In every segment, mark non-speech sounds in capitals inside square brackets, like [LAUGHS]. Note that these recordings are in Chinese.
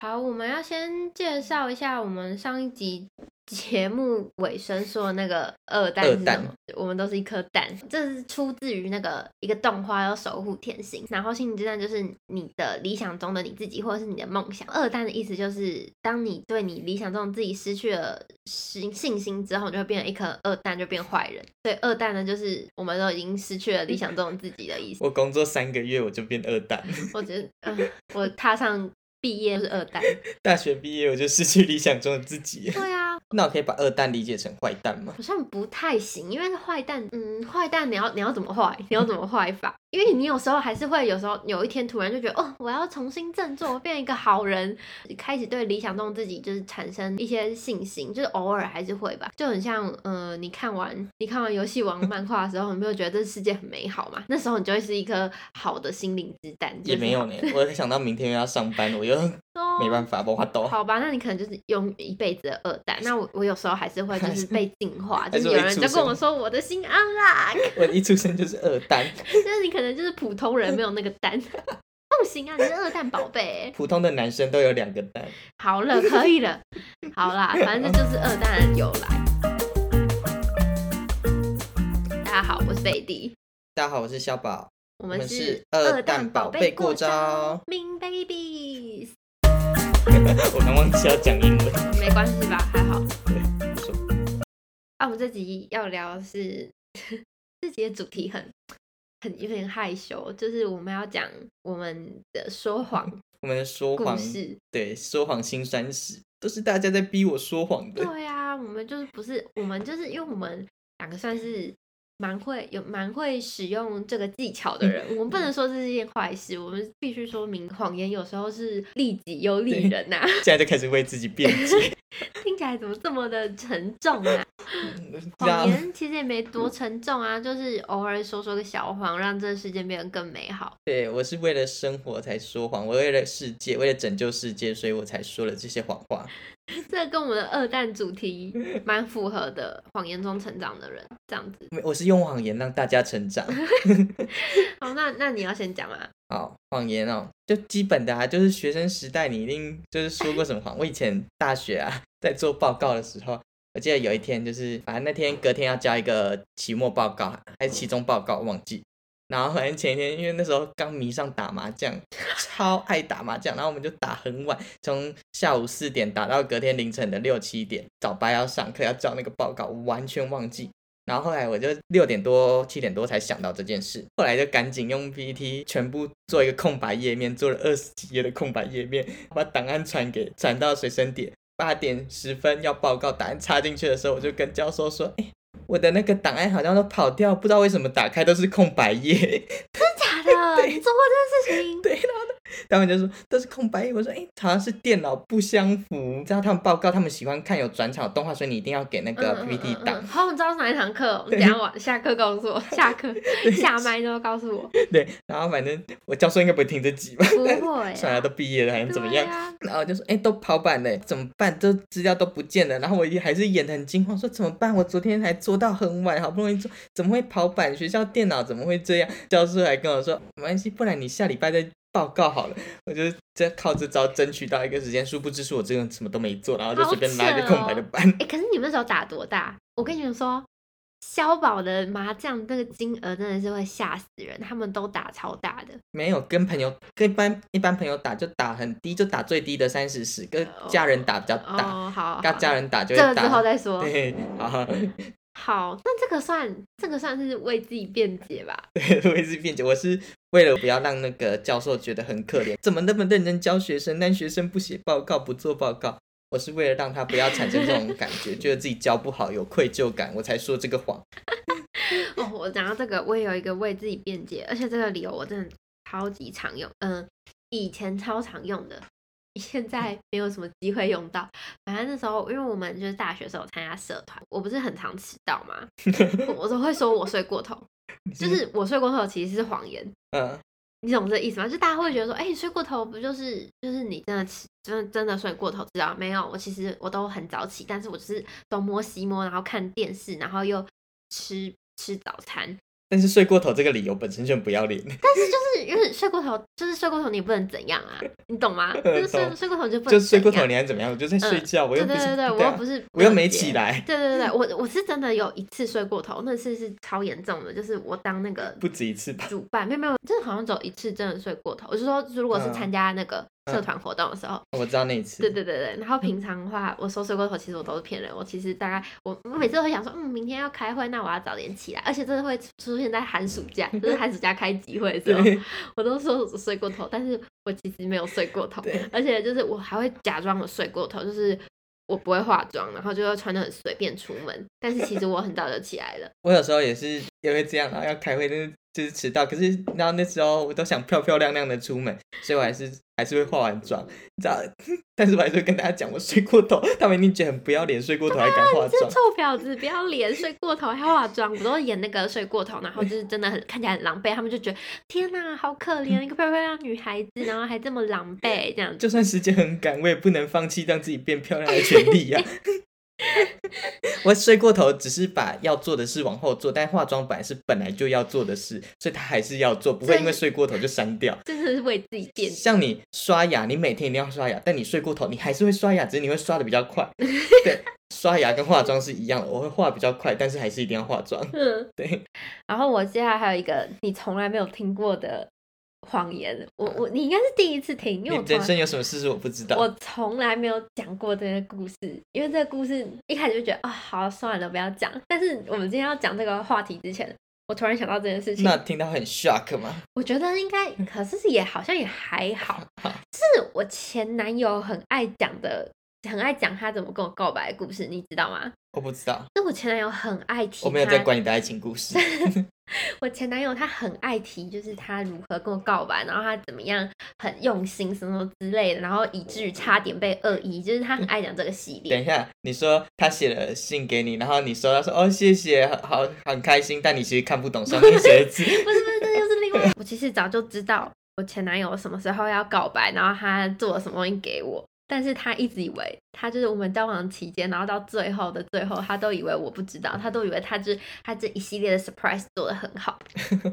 好，我们要先介绍一下我们上一集 [LAUGHS] 节目尾声说的那个二蛋二是什蛋么？我们都是一颗蛋，这是出自于那个一个动画叫《守护甜心》，然后心灵之蛋就是你的理想中的你自己，或者是你的梦想。二蛋的意思就是，当你对你理想中的自己失去了信信心之后，你就会变成一颗二蛋，就变坏人。所以二蛋呢，就是我们都已经失去了理想中的自己的意思。我工作三个月我就变二蛋，我觉得，嗯、我踏上毕业就是二 [LAUGHS] 蛋。大学毕业我就失去理想中的自己。对啊，那我可以把二蛋理解成坏蛋吗？好像不太行，因为坏蛋，嗯，坏蛋你要你要怎么坏，你要 [LAUGHS] 怎么坏法？因为你有时候还是会，有时候有一天突然就觉得，哦，我要重新振作，变一个好人，开始对理想中自己就是产生一些信心，就是偶尔还是会吧，就很像，呃，你看完你看完游戏王漫画的时候，你没有觉得这世界很美好嘛？那时候你就会是一颗好的心灵之蛋，也没有呢，我想到明天又要上班，我又没法。办法，哦我抖。哦好吧，那你可能就是用一辈子的二代。那我我有时候还是会就还是是被净 [LAUGHS] 化，就还是是有会人出就跟生我说我的心安啦，我一出生就是二蛋，但是你可能就是普通人没有那个蛋。 [LAUGHS] 不行啊，你是二蛋宝贝。普通的男生都有两个蛋。好了，可以了，好啦，反正这就是二蛋的由来。大家好，我是贝蒂，大家好，我是小宝。我我们们是是二蛋宝贝过招，Min Babies，我刚忘记要讲英文。没关系吧？还好。对，不错啊，我们这集要聊的是 [LAUGHS] 这集的主题很很有点害羞，就是我们要讲我们的说谎我们说故谎，事。对，说谎新三十，都是大家在逼我说谎的。对啊，我们就是不是我们就是因为我们两个算是蛮会有蛮会使用这个技巧嗯的人，我们不能说这是一件坏事，我们必须说明谎言有时候是利己又利对人呐、 [LAUGHS] 现在就开始为自己辩解，听起来怎么这么的沉重啊？ [LAUGHS] 这样嗯谎言其实也没多沉重啊，就是偶尔说说个小谎，让这个世界变得更美好。对，我是为了生活才说谎，我为了世界，为了拯救世界，所以我才说了这些谎话。这跟我们的二蛋主 [LAUGHS] 题蛮符合的，谎言中成长的人这样子。没我是用谎言让大家成长。好，那那你要先讲 [LAUGHS] 啊。好，谎言哦，就基本的啊，就是学生时代你一定就是说过什么谎。我以前大学啊， [LAUGHS] 在做报告的时候，我记得有一天就是，反正那天隔天要交一个期末报告啊还是期中报告，忘记。然后反正前一天，因为那时候刚迷上打麻将， [LAUGHS] 超爱打麻将，然后我们就打很晚，从下午四点打到隔天凌晨的六七点。早八要上课要交那个报告，我完全忘记。然后后来我就六点多七点多才想到这件事，后来就赶紧用 PPT 全部做一个空白页面，做了二十几页的空白页面，把档案传给传到随身碟。八点十分要报告档案插进去的时候，我就跟教授说：“哎、我的那个档案好像都跑掉，不知道为什么打开都是空白页。 [LAUGHS] 真假的？你做过这件事情”？对，然后他们就说都是空白页。我说：“哎、好像是电脑不相符。”知道他们报告，他们喜欢看有转场的动画，所以你一定要给那个嗯 PPT 嗯档。 [LAUGHS] 嗯嗯好，我知道是哪一堂课哦，你对等一下晚下课告 [LAUGHS] 诉我，下课下麦都告诉我。对，然后反正我教授应该不会听这集吧？不会 [LAUGHS] 啊，算了，都毕业了还能怎么样？对啊然后就说，哎、都跑版了，怎么办？这资料都不见了。然后我也还是演得很惊慌，说怎么办？我昨天还做到很晚，好不容易做，怎么会跑版？学校电脑怎么会这样？教授还跟我说，没关系，不然你下礼拜再报告好了。我就这靠这招争取到一个时间，殊不知是我这个什么都没做，然后就啊好随便拉一个扯空哦白的班。哎、可是你们那时候打多大？我跟你们说，肖宝的麻将那个金额真的是会吓死人，他们都打超大的。 [LAUGHS] 没有跟朋友跟一般一般朋友打就打很低，就打最低的三十十，跟家人打比较大，哦，好，跟好家人打就这会个打。之后再说。对，好，好，那这个算这个算是为自己辩解吧？ [LAUGHS] 对，我一直辩解，我是为了不要让那个教授觉得很可怜，怎么那么认真教学生，但学生不写报告不做报告，我是为了让他不要产生这种感觉，觉得自己教不好有愧疚感，我才说这个谎。哦，我讲到这个，我也有一个为自己辩解，而且这个理由我真的超级常用，嗯、以前超常用的，现在没有什么机会用到。反正那时候，因为我们就是大学时候参加社团，我不是很常迟到嘛，我我都会说我睡过头，就是我睡过头其实是谎言，嗯，你懂这意思吗？就大家会觉得说，哎、你睡过头不就是就是你真的起真的真的睡过头，知道没有？我其实我都很早起，但是我就是东摸西摸，然后看电视，然后又吃吃早餐，但是睡过头这个理由本身就很不要脸，但是就是因为睡过头，就是睡过头，你不能怎样啊，你懂 [LAUGHS] 吗？就是睡懂睡过头就不能就睡过怎头样你还怎么样？我就在睡觉，我又对不对是对对，我对又啊不是我又不没洁起来，对 [LAUGHS] 对对对，我我是真的有一次睡过头，那次是超严重的，就是我当那个不止一次吧？主办，没有没有，真的好像只有一次真的睡过头。我是说，如果是嗯参加那个社嗯团活动的时候，我知道那一次，对对对对。然后平常的话，我说睡过头，其实我都是骗人。我其实大概我我每次都会想说，嗯，明天要开会，那我要早点起来，而且真的会出出现在寒暑假，就是寒暑假开集会的时 [LAUGHS] 候，对我都说我睡过头，但是我其实没有睡过头。对，而且就是我还会假装我睡过头，就是我不会化妆，然后就会穿的很随便出门，但是其实我很早就起来了。我有时候也是也会这样，然啊后要开会，但是就是迟到。可是然后那时候我都想漂漂亮亮的出门，所以我还是还是会化完妆，你知道？ [LAUGHS] 但是我还是会跟大家讲我睡过头，他们一定觉得很不要脸，睡过头还敢化啊这妆臭。婊子不要脸，睡过头还化妆，我都演那个睡过头，然后就是真的很看起来很狼狈，他们就觉得天哪、好可怜，一个漂漂亮女孩子，然后还这么狼狈这样子。就算时间很赶，我也不能放弃让自己变漂亮的权利呀、我睡过头，只是把要做的事往后做，但化妆本来是本来就要做的事，所以他还是要做，不会因为睡过头就删掉。真的是为自己辩解，像你刷牙，你每天一定要刷牙，但你睡过头，你还是会刷牙，只是你会刷的比较 [LAUGHS] 快。对，刷牙跟化妆是一样的，我会化比较快，但是还是一定要化妆。嗯，对。然后我接下来还有一个你从来没有听过的谎言，我我你应该是第一次听，因为我你从人来生有什么事是我不知道？我从来没有讲过这个故事，因为这个故事一开始就觉得啊、好算了，不要讲。但是我们今天要讲这个话题之前，我突然想到这件事情那，嗯听到很 shock 吗？我觉得应该，可是也好像也还 [LAUGHS] 好，是我前男友很爱讲的，很爱讲他怎么跟我告白的故事，你知道吗？我不知道，那我前男友很爱提他，我没有在管你的爱情 [LAUGHS] 故事。我前男友他很爱提，就是他如何跟我告白，然后他怎么样很用心什么什么之类的，然后以至于差点被恶意，就是嗯他很爱讲这个系列等。一下，你说他写了信给你，然后你收到说哦谢谢，好很开心，但你其实看不懂上面写的 [LAUGHS] 字。不是不是，这就是另外。我其实早就知道我前男友什么时候要告白，然后他做了什么东西给我，但是他一直以为他就是我们交往期间，然后到最后的最后，他都以为我不知道，他都以为他就是他这一系列的 surprise 做的很好。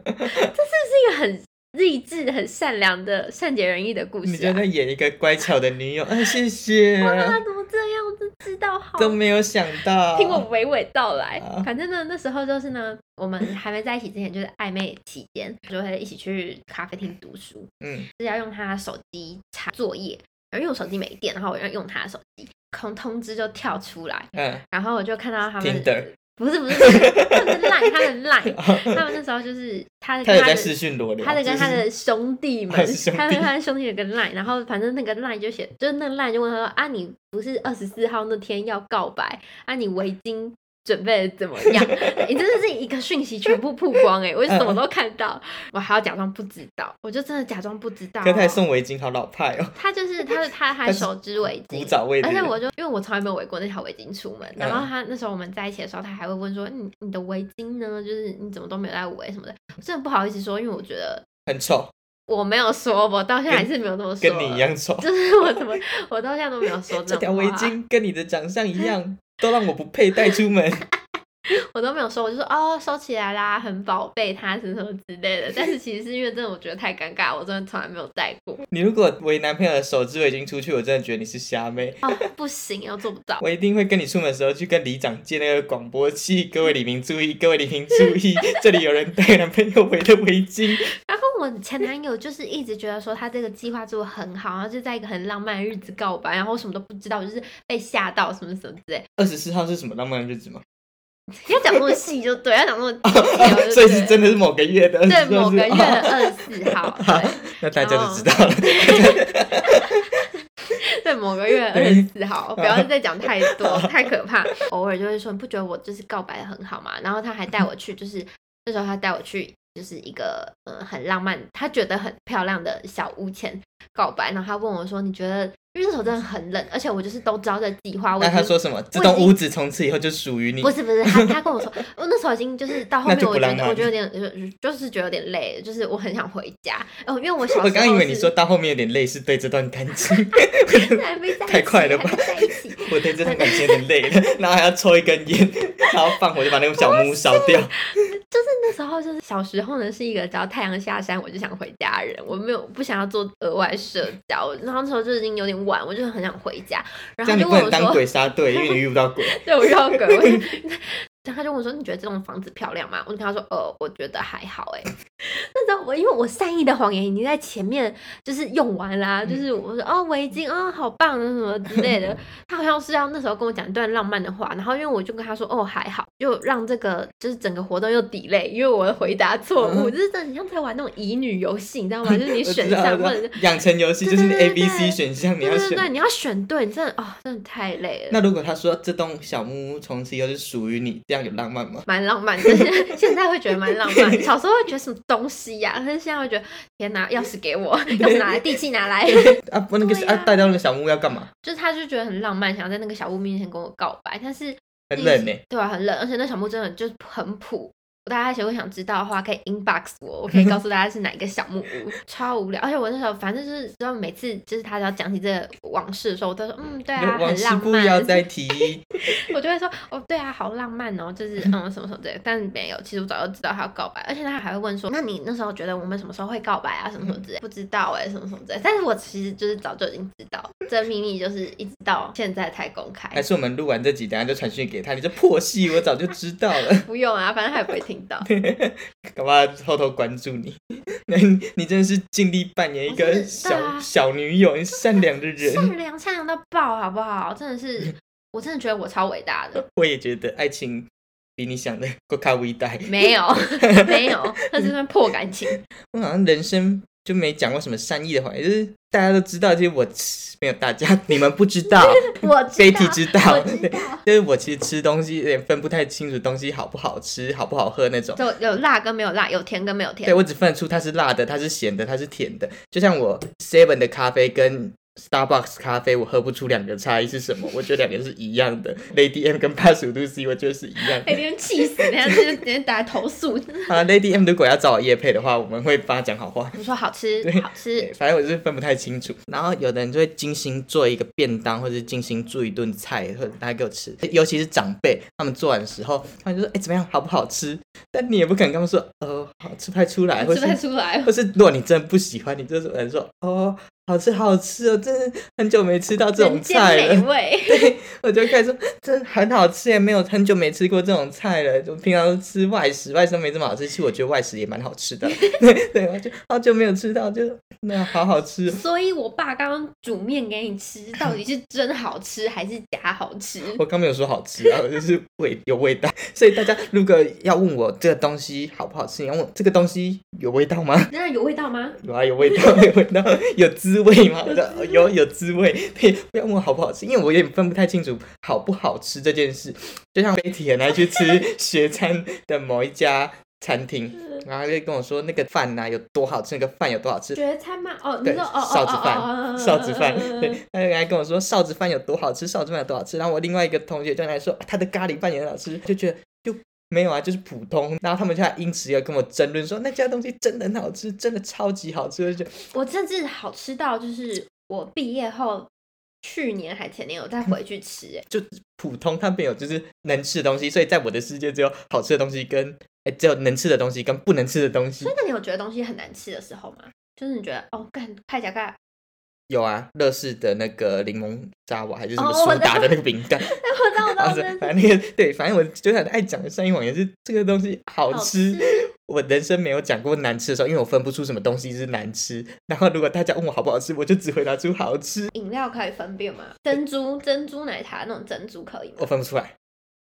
这是不是一个很励志、很善良的、善解人意的故你事、就啊？在演一个乖巧的女友，啊 [LAUGHS] 谢谢，啊，怎么这样？我都知道 [LAUGHS] 好都没有想 [LAUGHS] 到。听我娓娓道来啊。反正呢，那时候就是呢，我们还没在一起之前，就是暧昧期间，就会一起去咖啡厅读书，嗯，就是要用他手机查作业，然后因为我手机没电，然后我要用他的手机，空通知就跳出来， [LAUGHS] 嗯 [LAUGHS] 然后我就看到他们 Tinder 不是不是，他们是赖，他们赖，哦他们那时候就是他他跟有他在的视讯裸聊，他的跟就他是的兄弟 [LAUGHS] 们他是，兄弟他跟他的兄弟有个 line，然后反正那个 line 就写，就是那个 line 就问他说啊，你不是二十四号那天要告白啊？你围巾准备得怎么样？ [LAUGHS] 你、真的是一个讯息全部曝光哎、 [LAUGHS] 我什么都看到，我还要假装不知道，我就真的假装不知道、可他还哦。送围巾，好老派哦。他 [LAUGHS] 就是他是他还他是手织围巾 [LAUGHS] 古，早味的嗯而且人，我就因为我从来没有围过那条围巾出门，然后他那时候我们在一起的时候，他还会问说：“你你的围巾呢？就是你怎么都没有在围什么的。”我真的不好意思说，因为我觉得很丑，我没有说，我到现在还是没有这么说。跟你 [LAUGHS] 一，样丑。就是我怎么我到现在都没有说 [LAUGHS] 这这条种话围，巾跟你的长相一样， [LAUGHS] 都让我不配带出门。我都没有说，我就说哦收起来啦，很宝贝它什么什么之类的。但是其实是因为真的我觉得太尴尬，我真的从来没有戴过。你如果为男朋友的手织围巾出去，我真的觉得你是瞎妹。哦，不行，我做不到。我一定会跟你出门的时候去跟里长借那个广播器，各位李明注意，各位李明 [LAUGHS] 注意，这里有人带男朋友围的围巾。然后我前男友就是一直觉得说他这个计划做的很好，然后就在一个很浪漫的日子告白，然后我什么都不知道，就是被吓到什么什么之类。二十四号是什么浪漫的日子吗？要讲那么细就对，要讲那么细， [LAUGHS] 所以是真的是某个月的，对是不是某个月的 [LAUGHS] 哦二十四号，对。那大家就知道了。哦 [LAUGHS] 对某个月二十四嗯号，不要再讲太多，太可怕。偶尔就会说，你不觉得我就是告白的很好吗？然后他还带我去，就是那时候他带我去，就是一个呃很浪漫，他觉得很漂亮的小屋前告白。然后他问我说，你觉得？因为那时候真的很冷，而且我就是都知道这计划。我已 [LAUGHS] 那他经说什么？这栋屋子从此以后就属于你不。是不是，他他跟我说，我那时候已经就是到后面，那就不我觉浪得漫我觉得有点就是觉得有点累了，就是我很想回家。哦，因为我小时候我刚以为你是说到后面有点累，是对这段感情， [LAUGHS] 还没在一起，太快了吧还没在一起，我对这段感情有 [LAUGHS] 点累了，然后还要抽一根烟，然后放火就把那个小木屋烧掉。就是那时时候就是小时候呢，是一个只要太阳下山我就想回家的人，我没有不想要做额外社交。然后那时候就已经有点晚，我就很想回家。然这后他样你就不问能我当说鬼杀队，因为你遇不到鬼。：“对，我要鬼。我就” [LAUGHS] 然后他就问我说：“你觉得这栋房子漂亮吗？”我就跟他说：“呃，我觉得还好。”哎， [LAUGHS] 那时候我因为我善意的谎言已经在前面就是用完啦，嗯就是我说：“哦，围巾啊、哦，好棒，什么之类的。” [LAUGHS] 他好像是要那时候跟我讲一段浪漫的话，然后因为我就跟他说哦还好，就让这个就是整个活动又 delay，因为我的回答错误，嗯就是真的很像在玩那种乙女游戏，你知道吗？ [LAUGHS] 就是你 [LAUGHS] 我选知道项我知或道者是养成游戏对就是你对对 A、B、C 对选项你对要对对，选。你要选对，你真的哦真的太累了。那如果他说这栋小木屋从此以后是属于你，这样有浪漫 [LAUGHS] 吗？蛮浪漫的，现现在会觉得蛮浪漫。小时候会觉得什么东西呀、但是现在会觉得天哪，钥匙给我，钥匙拿来，地契拿来，啊，不，那个对啊啊，带到那个小木屋要干嘛？就是他就觉得很浪漫，想要在那个小屋面前跟我告白，但是很冷欸呢、对啊，很冷，而且那小木真的就是很普。大家如果想知道的话，可以 inbox 我，我可以告诉大家是哪一个小木屋，超无聊。而且我那时候反正就是，知道每次就是他只要讲起这个往事的时候，我都说嗯，对啊，往很事浪不要漫。再提。 [LAUGHS] 我就会说哦，对啊，好浪漫哦，就是嗯什么什么之类的。但没有，其实我早就知道他要告白，而且他还会问说，那你那时候觉得我们什么时候会告白啊？什么什么之类的，嗯不知道哎、什么什么之类的。但是我其实就是早就已经知道，这秘密就是一直到现在才公开。还是我们录完这集，等下就传讯给他，你这破戏我早就知道了，不用啊，反正他也不会听 [LAUGHS] 到。干嘛偷偷关注你？ [LAUGHS] 那你你真的是尽力扮演一我个真是小、对啊小女友，你善良的人。善良善良到爆，好不好？真的是，我真的觉得我超伟大 [LAUGHS] 的。我也觉得爱情比你想的更加伟大。没有， [LAUGHS] 没有，那是算破感 [LAUGHS] 情。我好像人生就没讲过什么善意的话，也就是大家都知道，就是我吃没有大家，你们不知道 [LAUGHS] 我知道，Betty 知道我，知道， [LAUGHS] 就是我其实吃东西有点分不太清楚东西好不好吃、好不好喝那种。就有辣跟没有辣，有甜跟没有对甜。我只分得出它是辣的，它是咸的，它是甜的。就像我 Seven 的咖啡跟 Starbucks 咖啡，我喝不出两个差异是什么。我觉得两个是一样的。Lady M 跟八十五度 C，我觉得是一样被的。别人哎气死，等一下就直接打投诉。啊，Lady M 如果要找我夜配的话，我们会帮他讲好话。你说好吃，好对吃，反正我就是分不太清楚。然后有的人就会精心做一个便当，或者是精心做一顿菜，或者拿给我吃。尤其是长辈，他们做完的时候，他们就说：“哎、怎么样，好不好吃？”但你也不肯跟他们说：“呃，好吃不太出来。”或吃是不太出来。 [LAUGHS] 或是如果你真的不喜欢，你就是有人说：“哦，好吃，好吃哦，真的很久没吃到这种人间菜美了。”味， [LAUGHS] 我就开始说：“真的很好吃耶，没有很久没吃过这种菜了。就平常都吃外食，外食都没这么好吃。其实我觉得外食也蛮好吃的。 [LAUGHS] 对对，我就好久没有吃到，就那好好吃哦。”所以我爸刚刚煮面给你吃，到底是真好吃还是假好吃？我刚没有说好吃啊，我就是味有味道。 [LAUGHS] 所以大家如果要问我这个东西好不好吃，你要问我这个东西有味道吗？那有味道吗？有啊，有味道，有味道，有滋味吗？我说哦有有滋味。对，不要问我好不好吃，因为我有点分不太清楚好不好吃这件事。就像 Betty 很爱去吃学餐的某一家餐厅，然后他就跟我说那个饭呐、有多好吃，那个饭有多好吃。学餐吗？哦，你对，说哦哦臊子哦哦哦饭，哦臊子饭嗯嗯嗯嗯，对，他就来跟我说臊子饭有多好吃，臊子饭有多好吃。然后我另外一个同学就来说啊他的咖喱饭也很好吃，就觉得就没有啊，就是普通。然后他们就还因此要跟我争论说那家东西真的很好吃，真的超级好吃，我就觉得我甚至好吃到，就是我毕业后去年还前年有再回去吃、欸，就普通，他没有就是能吃的东西，所以在我的世界只有好吃的东西跟哎只有能吃的东西跟不能吃的东西所以。那你有觉得东西很难吃的时候吗？就是你觉得哦，干派甲盖，有啊，乐事的那个柠檬沙瓦还是什么哦我苏知打道的那个饼 [LAUGHS] 干，我知道，我知然道，后我知是道反正那个对，反正我就很爱讲的善意谎言是这个东西好好吃。吃我人生没有讲过难吃的时候，因为我分不出什么东西是难吃。然后如果大家问我好不好吃，我就只回答出好吃，饮料可以分辨吗？珍珠珍珠奶茶那种珍珠可以吗我？分不出来。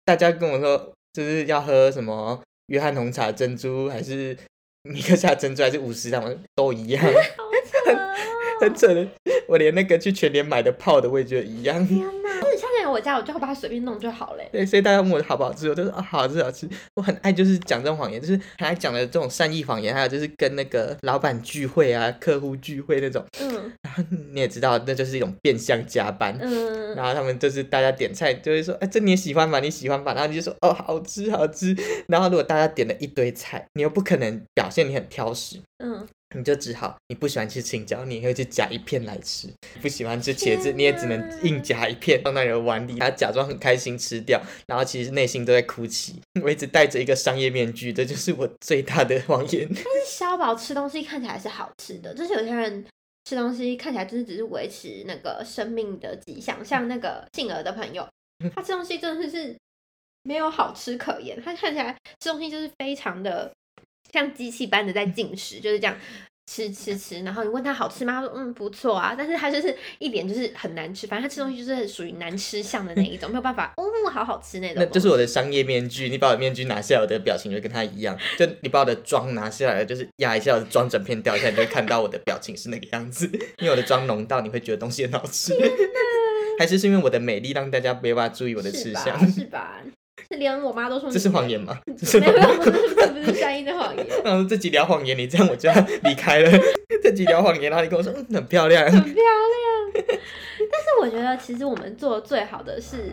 大家跟我说就是要喝什么约翰红茶珍珠，还是米克夏珍珠，还是五十我都一 [LAUGHS] 样，好扯哦很扯的。我连那个去全联买的泡的，我也觉得一样。天哪！就是下次来我家，我就把它随便弄就好嘞。对，所以大家问我好不好吃，我都说啊好吃好吃。我很爱就是讲这种谎言，就是很爱讲的这种善意谎言，还有就是跟那个老板聚会啊、客户聚会那种， [LAUGHS] 嗯你也知道，那就是一种变相加班。嗯，然后他们就是大家点菜就会说，哎、这你也喜欢吧？你喜欢吧？然后你就说，哦，好吃好吃。然后如果大家点了一堆菜，你又不可能表现你很挑食，嗯，你就只好你不喜欢吃青椒，你也会去夹一片来吃；不喜欢吃茄子，天你也只能哪硬夹一片放到你的碗里，然后假装很开心吃掉，然后其实内心都在哭泣。我一直戴着一个商业面具，这就是我最大的谎言。但是小宝吃东西看起来是好吃的，就是有些人吃东西看起来就是只是维持那个生命的迹象，像那个杏儿的朋友，嗯他吃东西真的是没有好吃可言，他看起来吃东西就是非常的像机器般的在进食，就是这样。吃吃吃，然后你问他好吃吗？他说嗯不错啊，但是他就是一点就是很难吃，反正他吃东西就是属于难吃相的那一种，没有办法哦好好吃那种那东西。就是我的商业面具，你把我的面具拿下来，我的表情就跟他 [LAUGHS] 一样。就你把我的妆拿下来，就是压一下，我的妆整片掉下来，你就会看到我的表情是那个样子。 [LAUGHS] 因为我的妆浓到，你会觉得东西很好 [LAUGHS] 吃，还是是因为我的美丽让大家没办法注意我的吃是相吧？？嗯是吧？是连我妈都说 [LAUGHS] 这是你谎言吗？这是没有，谎没有言不是吗。不是不是善意的谎言，然后这几聊谎言，你这样我就要离开了。 [LAUGHS] 这几聊谎言，然后你跟我说、嗯、很漂亮，很漂亮。但是我觉得，其实我们做的最好的是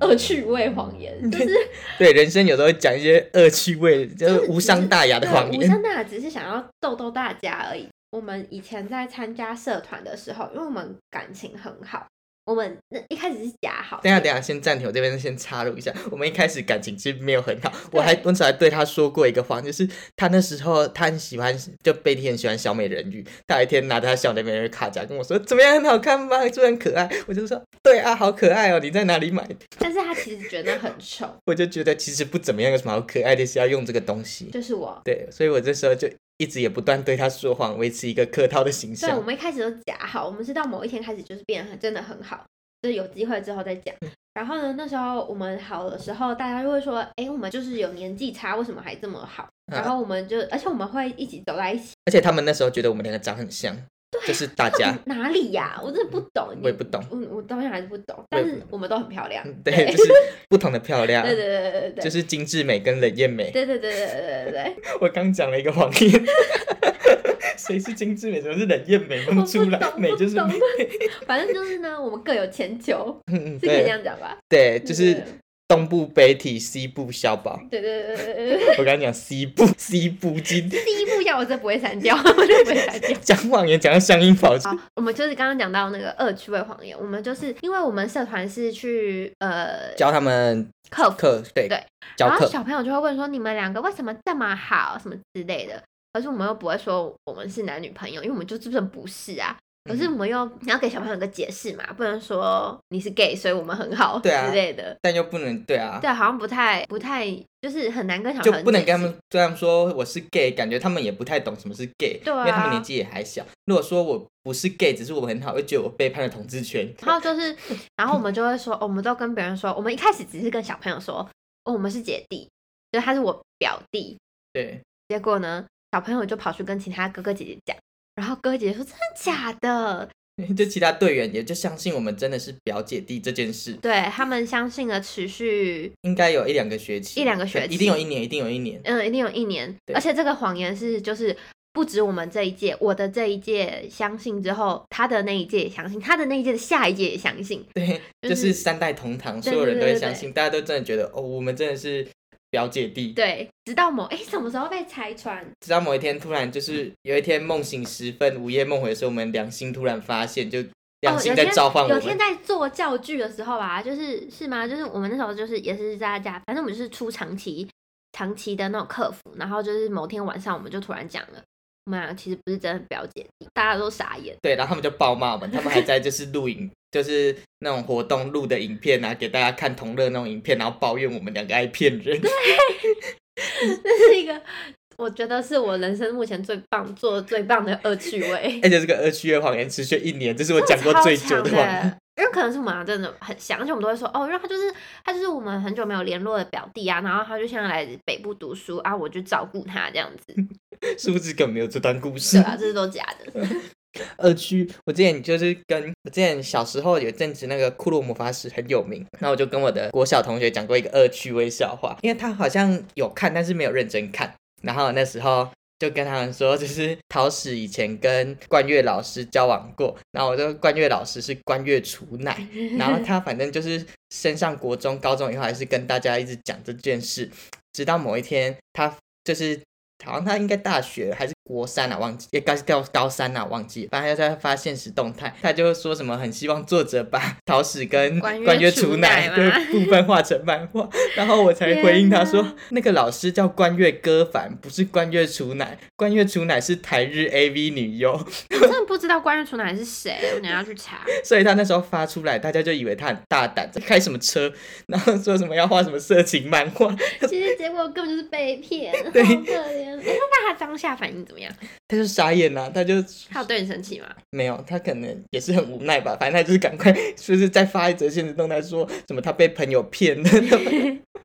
恶趣味谎言，就是对人生有时候会讲一些恶趣味，就是就是无伤大雅的谎对无言。伤大雅，只是想要逗逗大家而已。我们以前在参加社团的时候，因为我们感情很好，我们那一开始是假好，等一下，等一下，先暂停，我这边先插入一下。我们一开始感情其实没有很好，对我还我只还对他说过一个谎，就是他那时候他很喜欢，就贝蒂很喜欢小美人鱼，他有一天拿着他小美人鱼卡夹跟我说怎么样，很好看吧，是不是很可爱？我就说对啊，好可爱哦，你在哪里买？但是他其实觉得很丑，我就觉得其实不怎么样，有什么好可爱的，是要用这个东西。就是我。对，所以我这时候就一直也不断对他说谎，维持一个客套的形对，我象。们一开始都假好，我们是到某一天开始就是变得很真的很好，就是有机会之后再讲。然后呢，那时候我们好的时候，大家就会说，哎，我们就是有年纪差，为什么还这么好？然后我们就，而且我们会一起走在一起。而且他们那时候觉得我们两个长很像，就是大 [LAUGHS] 家，哪里呀、我真的不懂，我也不懂我我到现在还是不懂。我但也不是我们都很漂亮，嗯对，就是不同的漂亮，对对对对对对，就是精致美跟冷艳美。对对对对对对对， [LAUGHS] 我刚讲了一个谎言， [LAUGHS] 谁是精致美，什么是冷艳美？弄出我不来懂美就是我不美懂，反正就是呢，我们各有千秋，嗯是可以这对样讲吧？对，就是对东部北体，西部小宝。对对对对对对，我刚讲西部，西部精，第一步要我这不会删掉，我这不会删掉。讲谎言讲到乡音跑出好，我们就是刚刚讲到那个恶趣味谎言，我们就是因为我们社团是去呃 [LAUGHS] 教他们克服，课，对对，教然后课，小朋友就会问说你们两个为什么这么好什么之类的，可是我们又不会说我们是男女朋友，因为我们就真的不是啊。可是我嗯们又你要给小朋友一个解释嘛，不能说你是 gay，所以我们很好之对啊类的。但又不能对啊，对，好像不太不太，就是很难跟小朋就友不能解跟他释们对他们说我是 gay，感觉他们也不太懂什么是 gay，、对啊因为他们年纪也还小。如果说我不是 gay，只是我很好，会觉得我背叛了同志圈。然后就是，然后我们就会说，哦我们都跟别人说，我们一开始只是跟小朋友说，哦，我们是姐弟，就是他是我表弟。对，结果呢，小朋友就跑去跟其他哥哥姐姐讲，然后哥哥姐姐说真的假的？ [LAUGHS] 就其他队员也就相信我们真的是表姐弟这件事，对他们相信了，持续应该有一两个学期，一两个学期一定有一年，一定有一 [LAUGHS] 年。嗯，一定有一年，对而且这个谎言是就是。不止我们这一届，我的这一届相信之后，他的那一届也相信，他的那一届的下一届也相信，对，就就是是三代同堂，对所有人都对会对相信，大家都真的觉得哦，我们真的是表姐弟。对，直到某哎、什么时候被拆穿？直到某一天，突然就是有一天梦醒时分，午夜梦回的时候，我们良心突然发现，就良哦心有在天召唤我有们。天在做教具的时候啊，就是是吗？就是我们那时候就是也是在家，反正我们就是出长期长期的那种客服，然后就是某天晚上我们就突然讲了，我们俩其实不是真的表姐弟，大家都傻眼。 [LAUGHS] 对，然后他们就暴骂我们，他们还在就是录影， [LAUGHS] 就是那种活动录的影片啊，给大家看同乐那种影片，然后抱怨我们两个爱骗人。，这是一个我觉得是我人生目前最棒做的最棒的恶趣味 [LAUGHS] 而且这个恶趣味谎言持续一年，这是我哎讲过最久超的强谎言。的。因为可能是我们俩真的很像，而且我们都会说哦，然后他就是他就是我们很久没有联络的表弟啊，然后他就现在来北部读书啊，我就照顾他这样子， [LAUGHS] 殊不知根本没有这段故对事。啊，这是都假的。恶趣，我之前就是跟我之前小时候有一阵子那个骷髅魔法使很有名，然后我就跟我的国小同学讲过一个恶趣味笑话，因为他好像有看，但是没有认真看。然后那时候就跟他们说， [LAUGHS] 就是桃矢以前跟冠岳老师交往过，然后我就冠岳老师是冠岳厨奶，然后他反正就是升上国中、高中以后，还是跟大家一直讲这件事，直到某一天他就是好像他应该大学还是国三啊，忘记，也该是高高三啊，忘记了。反正他在发现实动态，他就说什么很希望作者把桃矢跟关约关约楚楚乃乃的吗部分画成漫画， [LAUGHS] 然后我才回应他说天，那个老师叫关月歌凡，不是关月楚乃，关月楚乃是台日 AV 女优， [LAUGHS] 我真的不知道关于楚乃是谁，我等一下去查。所以他那时候发出来，大家就以为他很大胆，在开什么车，然后说什么要画什么色情漫画， [LAUGHS] [LAUGHS] 其实结果根本就是被骗，好可对怜。哎那他当下反应怎么样？他就傻眼了、他就他有对你生气吗？没有，他可能也是很无奈吧，反正他就是赶快，就是再发一则现实动态说什么他被朋友骗了， [LAUGHS] [LAUGHS]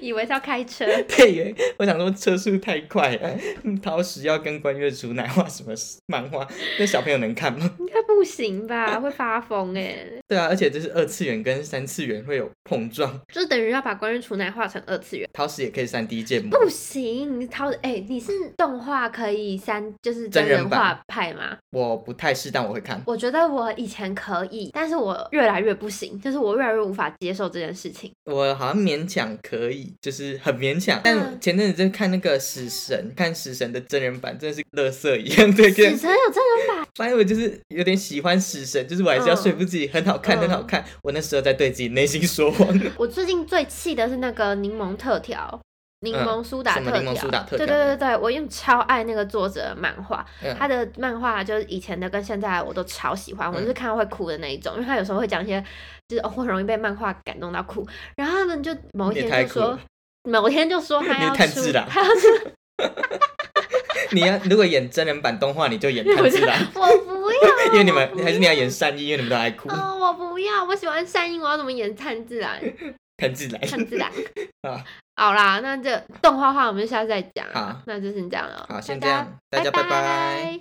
以为是要开车，对耶，我想说车速太快了，嗯桃矢要跟关月竹乃画什么漫画，那小朋友能看吗？ [LAUGHS] 应该不行吧？会发疯哎、对啊，而且这是二次元跟三次元会有碰撞，就是等于要把关于楚乃画成二次元，桃矢也可以三 D 建模，不行。你超哎、你是动画可以三就是真真人人版画派吗？我不太适当，我会看。我觉得我以前可以，但是我越来越不行，就是我越来越无法接受这件事情。我好像勉强可以，就是很勉强。但嗯前阵子在看那个《死神》，看《死神》的真人版，真的是垃圾一样。 [LAUGHS] 对，死神有真人版，反正我就是有点喜欢《死神》，就是我还是要说服自己很好看，嗯很好看。我那时候在对自己内心 [LAUGHS] 说谎。我最近最气的是那个柠檬特调。柠檬苏打嗯什么特柠檬苏打特调对对对对，我因为超爱那个作者的漫画，嗯他的漫画就是以前的跟现在的我都超喜欢，我就是看到会哭的那一种，因为他有时候会讲一些就是、哦、会容易被漫画感动到哭，然后他们就某一你也天太就酷说了，某天就说他 [LAUGHS] 你要炭出治郎他要出，你要如果演真人版动画，你就演我炭就 [LAUGHS] 治郎，我不要，因为你我们不还是你要演善意，因为你们都爱哭。哦，我不要，我喜欢善英，我要怎么演炭治郎？炭治郎，炭治郎 [LAUGHS] 啊好啦，那这动画话我们就下次再讲啊好，那就是这样了，哦好，先这大家样，大家拜拜拜。